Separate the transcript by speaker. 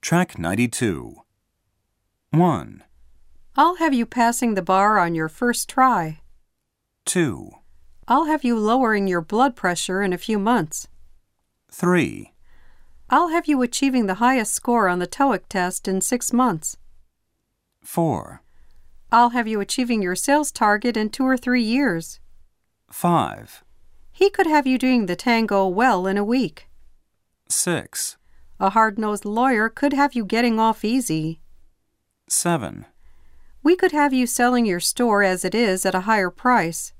Speaker 1: Track 92. 1,
Speaker 2: I'll have you passing the bar on your first try.
Speaker 1: 2,
Speaker 2: I'll have you lowering your blood pressure in a few months.
Speaker 1: 3,
Speaker 2: I'll have you achieving the highest score on the TOEIC test in six months.
Speaker 1: 4,
Speaker 2: I'll have you achieving your sales target in two or three years.
Speaker 1: 5,
Speaker 2: He could have you doing the tango well in a week.
Speaker 1: 6,
Speaker 2: A hard nosed lawyer could have you getting off easy.
Speaker 1: 7,
Speaker 2: We could have you selling your store as it is at a higher price.